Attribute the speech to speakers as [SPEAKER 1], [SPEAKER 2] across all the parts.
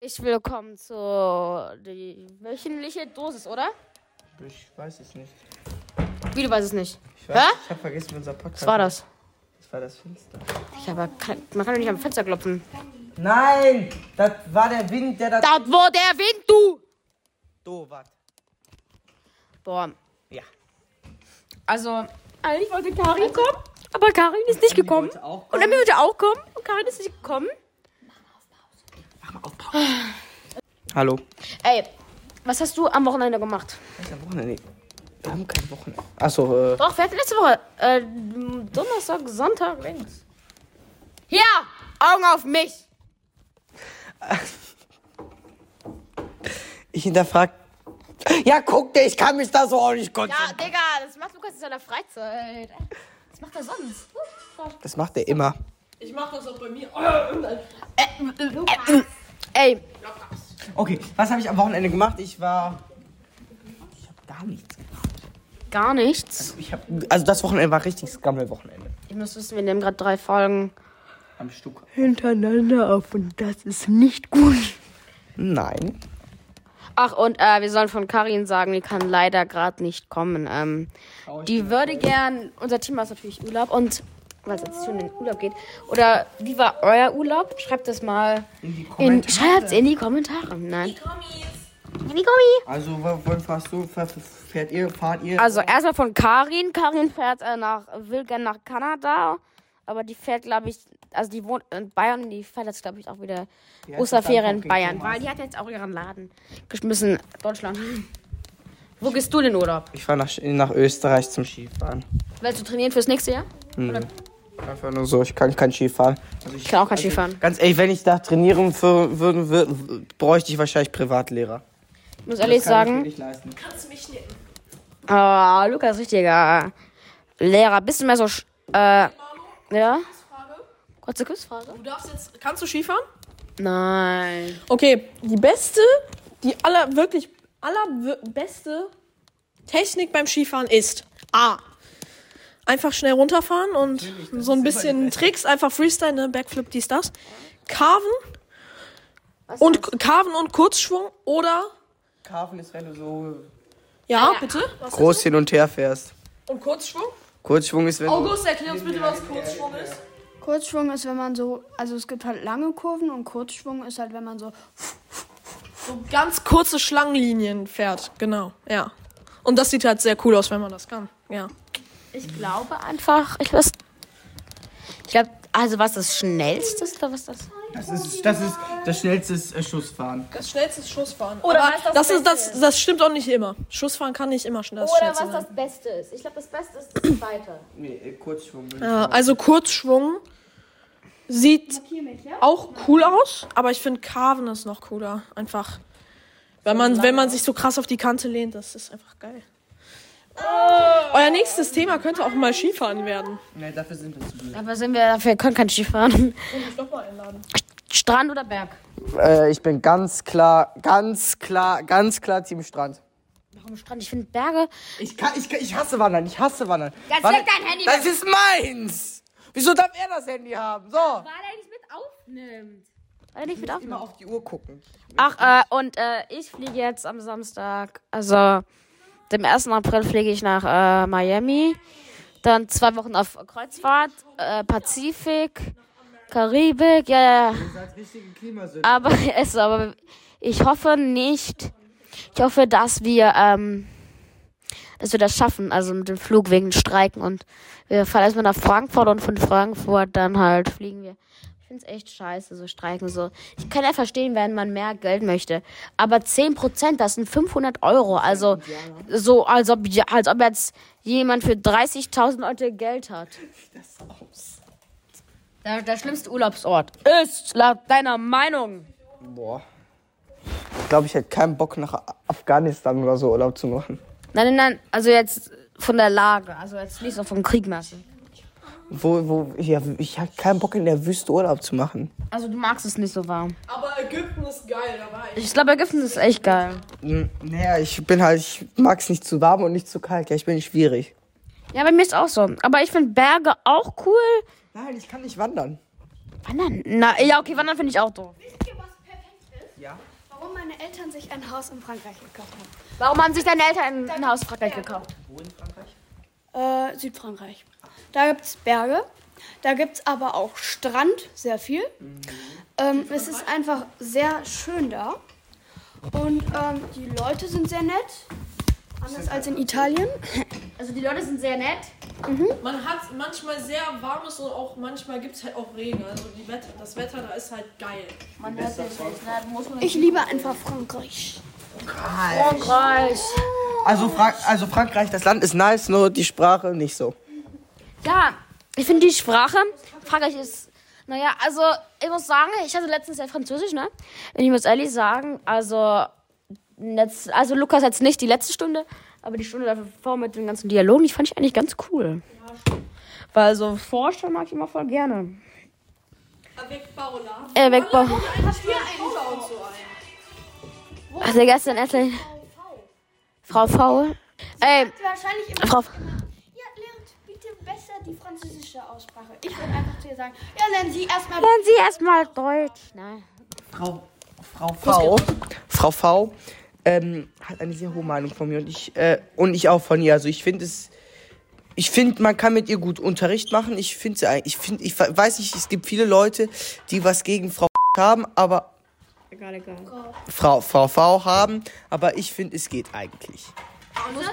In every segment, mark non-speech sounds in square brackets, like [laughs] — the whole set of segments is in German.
[SPEAKER 1] Ich willkommen zu die wöchentliche Dosis, oder?
[SPEAKER 2] Ich weiß es nicht.
[SPEAKER 1] Wie du weißt es nicht.
[SPEAKER 2] Ich,
[SPEAKER 1] Hä?
[SPEAKER 2] weiß, ich hab vergessen, wie unser Podcast.
[SPEAKER 1] Was war das?
[SPEAKER 2] Das war das Fenster.
[SPEAKER 1] Ich habe kann, man kann doch nicht am Fenster klopfen.
[SPEAKER 2] Nein! Das war der Wind, der
[SPEAKER 1] Da wo der Wind, du!
[SPEAKER 2] Do, wart.
[SPEAKER 1] Boah.
[SPEAKER 2] Ja.
[SPEAKER 1] Also, eigentlich wollte Karin kommen, aber Karin ist nicht gekommen.
[SPEAKER 2] wollte auch
[SPEAKER 1] Und Emmy wollte auch kommen und Karin ist nicht gekommen.
[SPEAKER 2] Hallo.
[SPEAKER 1] Ey, was hast du am Wochenende gemacht?
[SPEAKER 2] Was ist am Wochenende? Wir haben kein Wochenende. Achso, äh.
[SPEAKER 1] Doch, wir hatten letzte Woche äh, Donnerstag, Sonntag, links. Hier! Augen auf mich!
[SPEAKER 2] Ich hinterfrag. Ja, guck dir, ich kann mich da so auch nicht konzentrieren.
[SPEAKER 1] Ja, Ah, Digga, das macht Lukas in seiner Freizeit. Was macht er sonst?
[SPEAKER 2] Das macht er immer.
[SPEAKER 3] Ich mach das auch bei mir. Äh,
[SPEAKER 1] Ey,
[SPEAKER 2] Okay, was habe ich am Wochenende gemacht? Ich war. Ich habe gar nichts.
[SPEAKER 1] gar nichts.
[SPEAKER 2] Ich hab, also das Wochenende war richtig Scammel-Wochenende.
[SPEAKER 1] Ich muss wissen, wir nehmen gerade drei Folgen.
[SPEAKER 2] Am Stück.
[SPEAKER 1] Hintereinander auf und das ist nicht gut.
[SPEAKER 2] Nein.
[SPEAKER 1] Ach, und äh, wir sollen von Karin sagen, die kann leider gerade nicht kommen. Ähm, die würde gern, unser Team hat natürlich Urlaub und weil es jetzt schon in den Urlaub geht. Oder wie war euer Urlaub? Schreibt das mal
[SPEAKER 2] In die Kommentare.
[SPEAKER 1] in, schreibt's in die Kommentare. Nein. In die Kommi.
[SPEAKER 2] Also, wa- wann fährst du? Fahr- Fährt ihr? Fahrt ihr?
[SPEAKER 1] Also erstmal von Karin. Karin fährt äh, nach, will gern nach Kanada. Aber die fährt, glaube ich, also die wohnt in Bayern und die fährt jetzt, glaube ich, auch wieder
[SPEAKER 2] Ja,
[SPEAKER 1] Osterferien in
[SPEAKER 2] das ist dann
[SPEAKER 1] Bayern.
[SPEAKER 2] Thomas.
[SPEAKER 1] Weil die hat jetzt auch ihren Laden geschmissen. Deutschland. Wo gehst du denn in Urlaub?
[SPEAKER 2] ich fahre nach, nach Österreich zum Skifahren.
[SPEAKER 1] Willst du trainieren fürs nächste Jahr?
[SPEAKER 2] Einfach nur so, ich kann kein Skifahren. Also
[SPEAKER 1] Ich kann auch kein Skifahren.
[SPEAKER 2] Ganz ehrlich, wenn ich da trainieren für, würden, wür- bräuchte ich wahrscheinlich Privatlehrer.
[SPEAKER 1] Ich muss ehrlich sagen, ah, Lukas, richtiger Lehrer. Bist du mehr so, sch- äh, ja? Kurze Quizfrage?
[SPEAKER 3] Du darfst jetzt. Kannst du Skifahren?
[SPEAKER 1] Nein.
[SPEAKER 3] Okay, die beste, die aller, wirklich allerbeste Technik beim Skifahren ist A. Einfach schnell runterfahren und so ein bisschen Tricks, einfach Freestyle, ne? Backflip, dies, das. Carven und Carven und Kurzschwung oder.
[SPEAKER 2] Karfen ist, wenn du so
[SPEAKER 3] Ah, Ja, bitte. Was
[SPEAKER 2] groß hin und her fährst.
[SPEAKER 3] Und Kurzschwung?
[SPEAKER 2] Kurzschwung ist, wenn
[SPEAKER 1] Oh
[SPEAKER 2] du...
[SPEAKER 3] August, erklär uns bitte, was Kurzschwung ist.
[SPEAKER 4] Kurzschwung ist, wenn man so, also es gibt halt lange Kurven und Kurzschwung ist halt, wenn man so
[SPEAKER 3] so ganz kurze Schlangenlinien fährt. Genau, ja. Und das sieht halt sehr cool aus, wenn man das kann. Ja.
[SPEAKER 1] Ich glaube einfach, ich weiß. Ich glaube, also was das schnellste ist oder was das?
[SPEAKER 2] Das ist das, ist das schnellste ist, äh, Schussfahren.
[SPEAKER 3] Das schnellste ist Schussfahren. Oder
[SPEAKER 1] was das
[SPEAKER 3] das, ist, das, das stimmt auch nicht immer. Schussfahren kann nicht immer schnell das schnellste sein.
[SPEAKER 1] Beste ist. Ich glaube, das Beste ist das Zweite.
[SPEAKER 2] Nee, äh, Kurzschwung.
[SPEAKER 1] Ah.
[SPEAKER 3] Ja, also Kurzschwung sieht auch cool aus, aber ich finde Carven ist noch cooler. Einfach. Wenn man, wenn man sich so krass auf die Kante lehnt, das ist einfach geil. Euer nächstes Thema könnte auch mal Skifahren werden.
[SPEAKER 2] Nee, dafür sind wir zu blöd.
[SPEAKER 1] Aber sind wir dafür, können kein Skifahren. Strand oder Berg?
[SPEAKER 2] Äh, ich bin ganz klar, ganz klar, ganz klar Team Strand.
[SPEAKER 1] Warum Strand? Ich finde Berge.
[SPEAKER 2] Ich, kann, ich, kann, ich hasse Wandern, ich hasse Wandern.
[SPEAKER 1] Jetzt
[SPEAKER 2] Wandern-
[SPEAKER 1] leg dein Handy
[SPEAKER 2] Das
[SPEAKER 1] weg.
[SPEAKER 2] ist meins! Wieso darf er das Handy haben? So!
[SPEAKER 1] Weil er nicht mit aufnimmt. Weil er nicht mit aufnimmt.
[SPEAKER 2] Immer auf die Uhr gucken.
[SPEAKER 1] Ach, äh, und äh, ich fliege jetzt am Samstag, also dem 1. April fliege ich nach äh, Miami. Dann zwei Wochen auf Kreuzfahrt, äh, Pazifik, Karibik, ja, ja, ja.
[SPEAKER 2] Ihr seid richtige Klimasünder.
[SPEAKER 1] Aber, [laughs] also, aber ich hoffe nicht, ich hoffe, dass wir, ähm, dass wir das schaffen, also mit dem Flug wegen Streiken und wir fahren erstmal nach Frankfurt und von Frankfurt dann halt fliegen wir. Ich find's echt scheiße, so Streiken so. Ich kann ja verstehen, wenn man mehr Geld möchte, aber 10 Prozent, das sind 500 Euro, also so, als ob, ja, als ob jetzt jemand für 30.000 Euro Geld hat. Der, der schlimmste Urlaubsort ist laut deiner Meinung
[SPEAKER 2] Boah. Ich glaube, ich hätte keinen Bock, nach Afghanistan oder so Urlaub zu machen.
[SPEAKER 1] Nein, nein, nein. Also jetzt von der Lage. Also jetzt nicht so vom Krieg messen.
[SPEAKER 2] Wo, wo, ja, ich habe keinen Bock, in der Wüste Urlaub zu machen.
[SPEAKER 1] Also du magst es nicht so warm.
[SPEAKER 3] Aber Ägypten ist geil, da war
[SPEAKER 1] Ich glaube, Ägypten ist echt geil.
[SPEAKER 2] Hm, Naja, ich bin halt, ich mag es nicht zu warm und nicht zu kalt. Ja, ich bin nicht schwierig.
[SPEAKER 1] Ja, bei mir ist auch so. Aber ich finde Berge auch cool.
[SPEAKER 2] Nein, ich kann nicht wandern.
[SPEAKER 1] Wandern? Na, ja, okay, Wandern finde ich auch doof.
[SPEAKER 2] Ja.
[SPEAKER 4] Warum meine Eltern sich ein Haus in Frankreich gekauft
[SPEAKER 1] Warum haben sich deine Eltern ein Haus in Frankreich gekauft?
[SPEAKER 2] Wo in Frankreich?
[SPEAKER 4] haben? Äh, Südfrankreich. Da gibt's Berge. Da gibt's aber auch Strand, sehr viel. Ähm, es ist einfach sehr schön da. Und ähm, die Leute sind sehr nett. Anders als in Italien.
[SPEAKER 1] Also die Leute sind sehr nett.
[SPEAKER 3] Man hat manchmal sehr warmes und auch manchmal gibt es halt auch Regen. Also die Wetter, das Wetter da ist halt geil.
[SPEAKER 1] Man hört sich nicht, ne? Muss man
[SPEAKER 4] Ich liebe einfach Frankreich.
[SPEAKER 1] Frankreich.
[SPEAKER 2] Also, Frank also Frankreich, das Land ist nice, nur die Sprache nicht so.
[SPEAKER 1] Ja, ich finde die Sprache, Frankreich ist, naja, also ich muss sagen, ich hatte letztens ja Französisch, ne? Und ich muss ehrlich sagen, also, letzt, also Lukas jetzt nicht die letzte Stunde, aber die Stunde davor mit den ganzen Dialogen, die fand ich eigentlich ganz cool. Weil so Forscher mag ich immer voll gerne.
[SPEAKER 3] Avec Parola.
[SPEAKER 1] Äh, weg, Bob.
[SPEAKER 3] Hier ein Paula und so ein.
[SPEAKER 1] Also gestern endlich. Frau V. Ey,
[SPEAKER 4] Wahrscheinlich immer.
[SPEAKER 1] Frau.
[SPEAKER 4] Ja, lernt bitte besser die französische Aussprache. Ich würde einfach zu ihr sagen, ja, lernen Sie erstmal
[SPEAKER 1] Lernen Sie erstmal Deutsch. Nein.
[SPEAKER 2] Frau, Frau V. Frau V. Ähm, hat eine sehr hohe Meinung von mir und ich äh, und ich auch von ihr. Also ich finde es, ich finde, man kann mit ihr gut Unterricht machen. Ich finde sie, ein- ich finde, ich weiß nicht, es gibt viele Leute, die was gegen Frau haben, aber
[SPEAKER 1] Egal, egal.
[SPEAKER 2] Frau Frau V haben, aber ich finde, es geht eigentlich.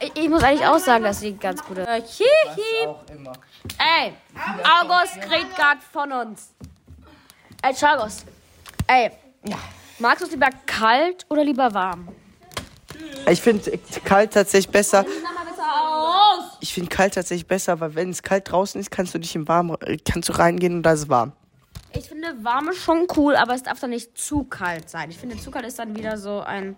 [SPEAKER 1] Ich, ich muss eigentlich auch sagen, dass sie ganz gut ist. Äh, hihi.
[SPEAKER 2] Auch immer.
[SPEAKER 1] Ey, August kriegt grad von uns. Ey, Chagos. Ey, magst du es lieber kalt oder lieber warm?
[SPEAKER 2] Ich finde kalt tatsächlich besser.
[SPEAKER 1] Sag mal besser aus.
[SPEAKER 2] Ich finde kalt tatsächlich besser, weil wenn es kalt draußen ist, kannst du dich im warm, äh, kannst du reingehen und da ist es warm.
[SPEAKER 1] Ich finde warm ist schon cool, aber es darf dann nicht zu kalt sein. Ich finde zu kalt ist dann wieder so ein...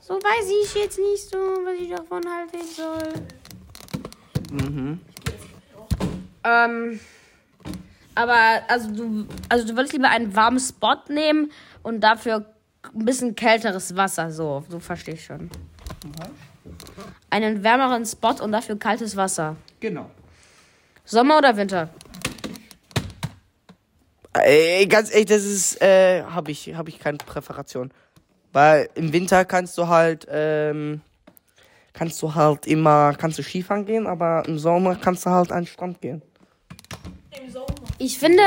[SPEAKER 1] So weiß ich jetzt nicht so, was ich davon halten soll. Mhm. Ähm... Aber also du, also du würdest lieber einen warmen Spot nehmen und dafür ein bisschen kälteres Wasser, so, so verstehe ich schon. Einen wärmeren Spot und dafür kaltes Wasser.
[SPEAKER 2] Genau.
[SPEAKER 1] Sommer oder Winter?
[SPEAKER 2] Ey, ganz ehrlich, das ist, äh, hab ich, hab ich keine Präferation. Weil im Winter kannst du halt, ähm, kannst du halt immer, kannst du Skifahren gehen, aber im Sommer kannst du halt an den Strand gehen.
[SPEAKER 3] Im Sommer.
[SPEAKER 1] Ich finde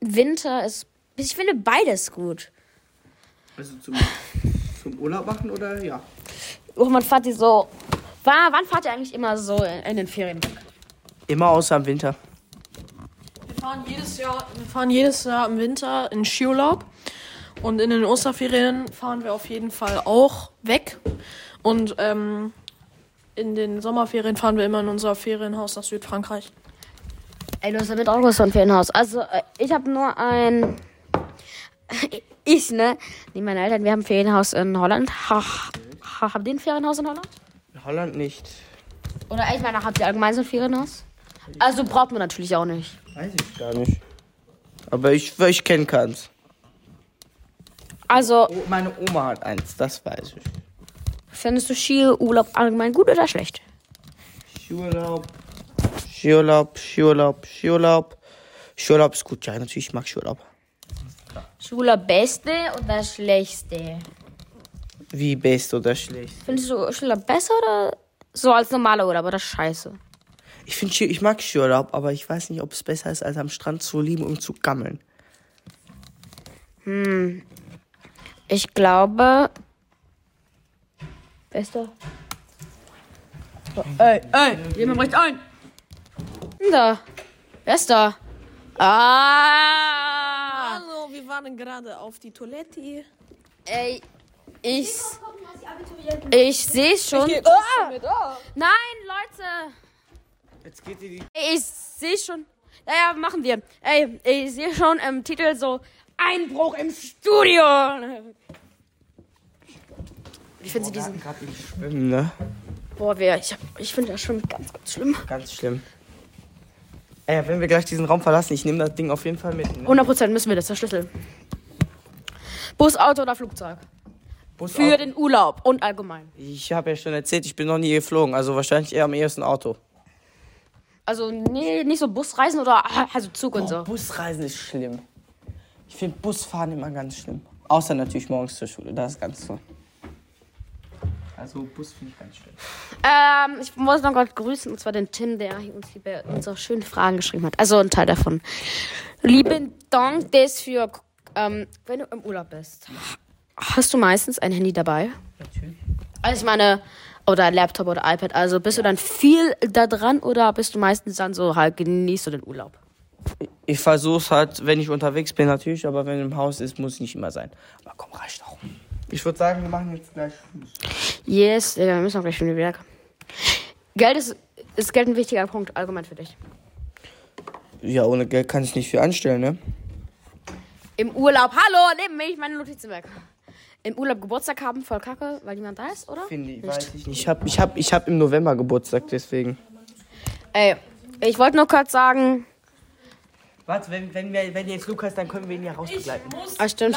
[SPEAKER 1] Winter ist. Ich finde beides gut.
[SPEAKER 2] Also zum, zum Urlaub machen oder ja?
[SPEAKER 1] Och, Oh, man fährt die so. War, wann fahrt ihr eigentlich immer so in, in den Ferien weg?
[SPEAKER 2] Immer außer im Winter.
[SPEAKER 3] Wir fahren jedes Jahr, wir fahren jedes Jahr im Winter in Skiurlaub und in den Osterferien fahren wir auf jeden Fall auch weg und ähm, in den Sommerferien fahren wir immer in unser Ferienhaus nach Südfrankreich.
[SPEAKER 1] Ey, du hast ja mit auch was von Ferienhaus. Also, äh, ich habe nur ein. [laughs] Ich, ne? Nee, meine Eltern, wir haben ein Ferienhaus in Holland. Ha, ha, habt ihr ein Ferienhaus in Holland?
[SPEAKER 2] In Holland nicht.
[SPEAKER 1] Oder ich meine, habt ihr allgemein so ein Ferienhaus? Also braucht man natürlich auch nicht.
[SPEAKER 2] Weiß ich gar nicht. Aber ich, ich kenne keins.
[SPEAKER 1] Also,
[SPEAKER 2] Oh, meine Oma hat eins, das weiß ich.
[SPEAKER 1] findest du Skiurlaub allgemein gut oder schlecht?
[SPEAKER 2] Skiurlaub. Skiurlaub, Skiurlaub, Skiurlaub. Skiurlaub ist gut, ja, natürlich, ich mag Skiurlaub.
[SPEAKER 1] Skiurlaub beste oder schlechteste?
[SPEAKER 2] Wie best oder schlecht?
[SPEAKER 1] Findest du Urlaub besser oder so als normaler Urlaub oder scheiße?
[SPEAKER 2] Ich finde, ich mag Skiurlaub, aber ich weiß nicht, ob es besser ist, als am Strand zu lieben und zu gammeln.
[SPEAKER 1] Ich glaube. Besser. Ey, ey, jemand bricht ein! Da. Bester. Ah!
[SPEAKER 3] Hallo, wir waren gerade auf die Toilette.
[SPEAKER 1] Ey, ich. Ich sehe schon. Oh! Nein, Leute!
[SPEAKER 2] Jetzt geht die.
[SPEAKER 1] Ey, Ich sehe schon. Naja, machen wir. Ey, ich sehe schon im Titel so Einbruch im Studio. Wie finden Sie diesen?
[SPEAKER 2] gerade im Schwimmen, ne?
[SPEAKER 1] Boah, wer? Ich, hab- ich finde das schon ganz, ganz schlimm.
[SPEAKER 2] Ganz schlimm. Äh, wenn wir gleich diesen Raum verlassen, ich nehme das Ding auf jeden Fall mit. Ne?
[SPEAKER 1] 100% müssen wir das verschlüsseln. Bus, Auto oder Flugzeug?
[SPEAKER 2] Bus
[SPEAKER 1] Für
[SPEAKER 2] auch.
[SPEAKER 1] den Urlaub und allgemein.
[SPEAKER 2] Ich habe ja schon erzählt, ich bin noch nie geflogen, also wahrscheinlich eher am ehesten Auto.
[SPEAKER 1] Also, nee, nicht so
[SPEAKER 2] Oh,
[SPEAKER 1] Busreisen oder also Zug und so.
[SPEAKER 2] Busreisen ist schlimm. Ich finde Busfahren immer ganz schlimm. Außer natürlich morgens zur Schule, das ist ganz toll. Also Bus finde ich ganz schön.
[SPEAKER 1] Ähm, ich muss noch Gott grüßen, und zwar den Tim, der hier uns liebe, unsere schönen Fragen geschrieben hat. Also ein Teil davon. Lieben Dank des für, ähm, wenn du im Urlaub bist. Hast du meistens ein Handy dabei?
[SPEAKER 2] Natürlich.
[SPEAKER 1] Also ich meine, oder ein Laptop oder iPad. Also bist du dann viel da dran oder bist du meistens dann so halt genießt du den Urlaub?
[SPEAKER 2] Ich versuch's halt, wenn ich unterwegs bin natürlich, aber wenn im Haus ist, muss nicht immer sein. Aber komm, reicht auch. Ich würde sagen, wir machen jetzt gleich Schluss.
[SPEAKER 1] Yes, Digga, wir müssen auch gleich schon wieder kommen. Geld ist, ist Geld ein wichtiger Punkt, allgemein für dich.
[SPEAKER 2] Ja, ohne Geld kann ich nicht viel anstellen, ne?
[SPEAKER 1] Im Urlaub, hallo, neben mich, meine Notizen weg. Im Urlaub Geburtstag haben, voll kacke, weil niemand da ist, oder?
[SPEAKER 2] Finde ich, weiß ich nicht. Ich hab, ich hab, ich hab im November Geburtstag, deswegen.
[SPEAKER 1] Ey, ich wollte nur kurz sagen,
[SPEAKER 2] Warte, wenn, wenn, wir, wenn jetzt Lukas, dann können wir ihn ja rausbegleiten.
[SPEAKER 1] ah stimmt,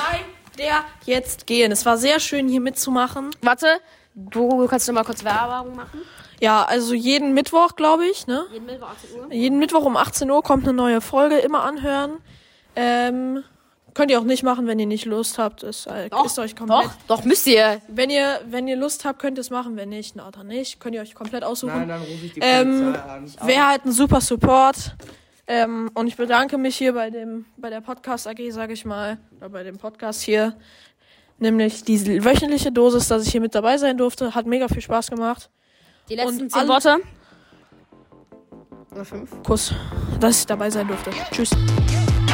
[SPEAKER 3] Der jetzt gehen. Es war sehr schön, hier mitzumachen.
[SPEAKER 1] warte, du kannst noch mal kurz Werbung machen.
[SPEAKER 3] Ja, also jeden Mittwoch, glaube ich, ne?
[SPEAKER 1] Jeden Mittwoch 18 Uhr.
[SPEAKER 3] Jeden Mittwoch um 18 Uhr kommt eine neue Folge. Immer anhören. Ähm, könnt ihr auch nicht machen, wenn ihr nicht Lust habt. Ist, äh, ist euch komplett.
[SPEAKER 1] Doch, doch müsst ihr.
[SPEAKER 3] Wenn ihr, wenn ihr Lust habt, könnt ihr es machen. Wenn nicht, na dann nicht. Könnt ihr euch komplett aussuchen.
[SPEAKER 2] rufe ich die
[SPEAKER 3] Ähm, Wäre halt ein super Support. Ähm, und ich bedanke mich hier bei dem, bei der Podcast AG, sage ich mal, oder bei dem Podcast hier, nämlich diese wöchentliche Dosis, dass ich hier mit dabei sein durfte, hat mega viel Spaß gemacht.
[SPEAKER 1] Die letzten
[SPEAKER 3] Und
[SPEAKER 1] 10
[SPEAKER 3] alle-
[SPEAKER 1] Worte. Oder 5.
[SPEAKER 3] Kuss, dass ich dabei sein durfte. Tschüss.
[SPEAKER 5] Yeah.